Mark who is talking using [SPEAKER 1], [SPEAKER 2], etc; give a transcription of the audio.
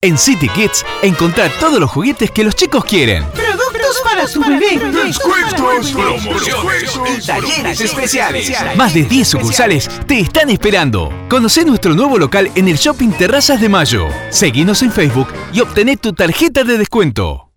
[SPEAKER 1] En City Kids encontrar todos los juguetes que los chicos quieren.
[SPEAKER 2] Productos para su bebé.
[SPEAKER 3] Descuentos, promociones y talleres especiales.
[SPEAKER 1] Más de 10 sucursales te están esperando. Conoce nuestro nuevo local en el Shopping Terrazas de Mayo. Seguinos en Facebook y obtené tu tarjeta de descuento.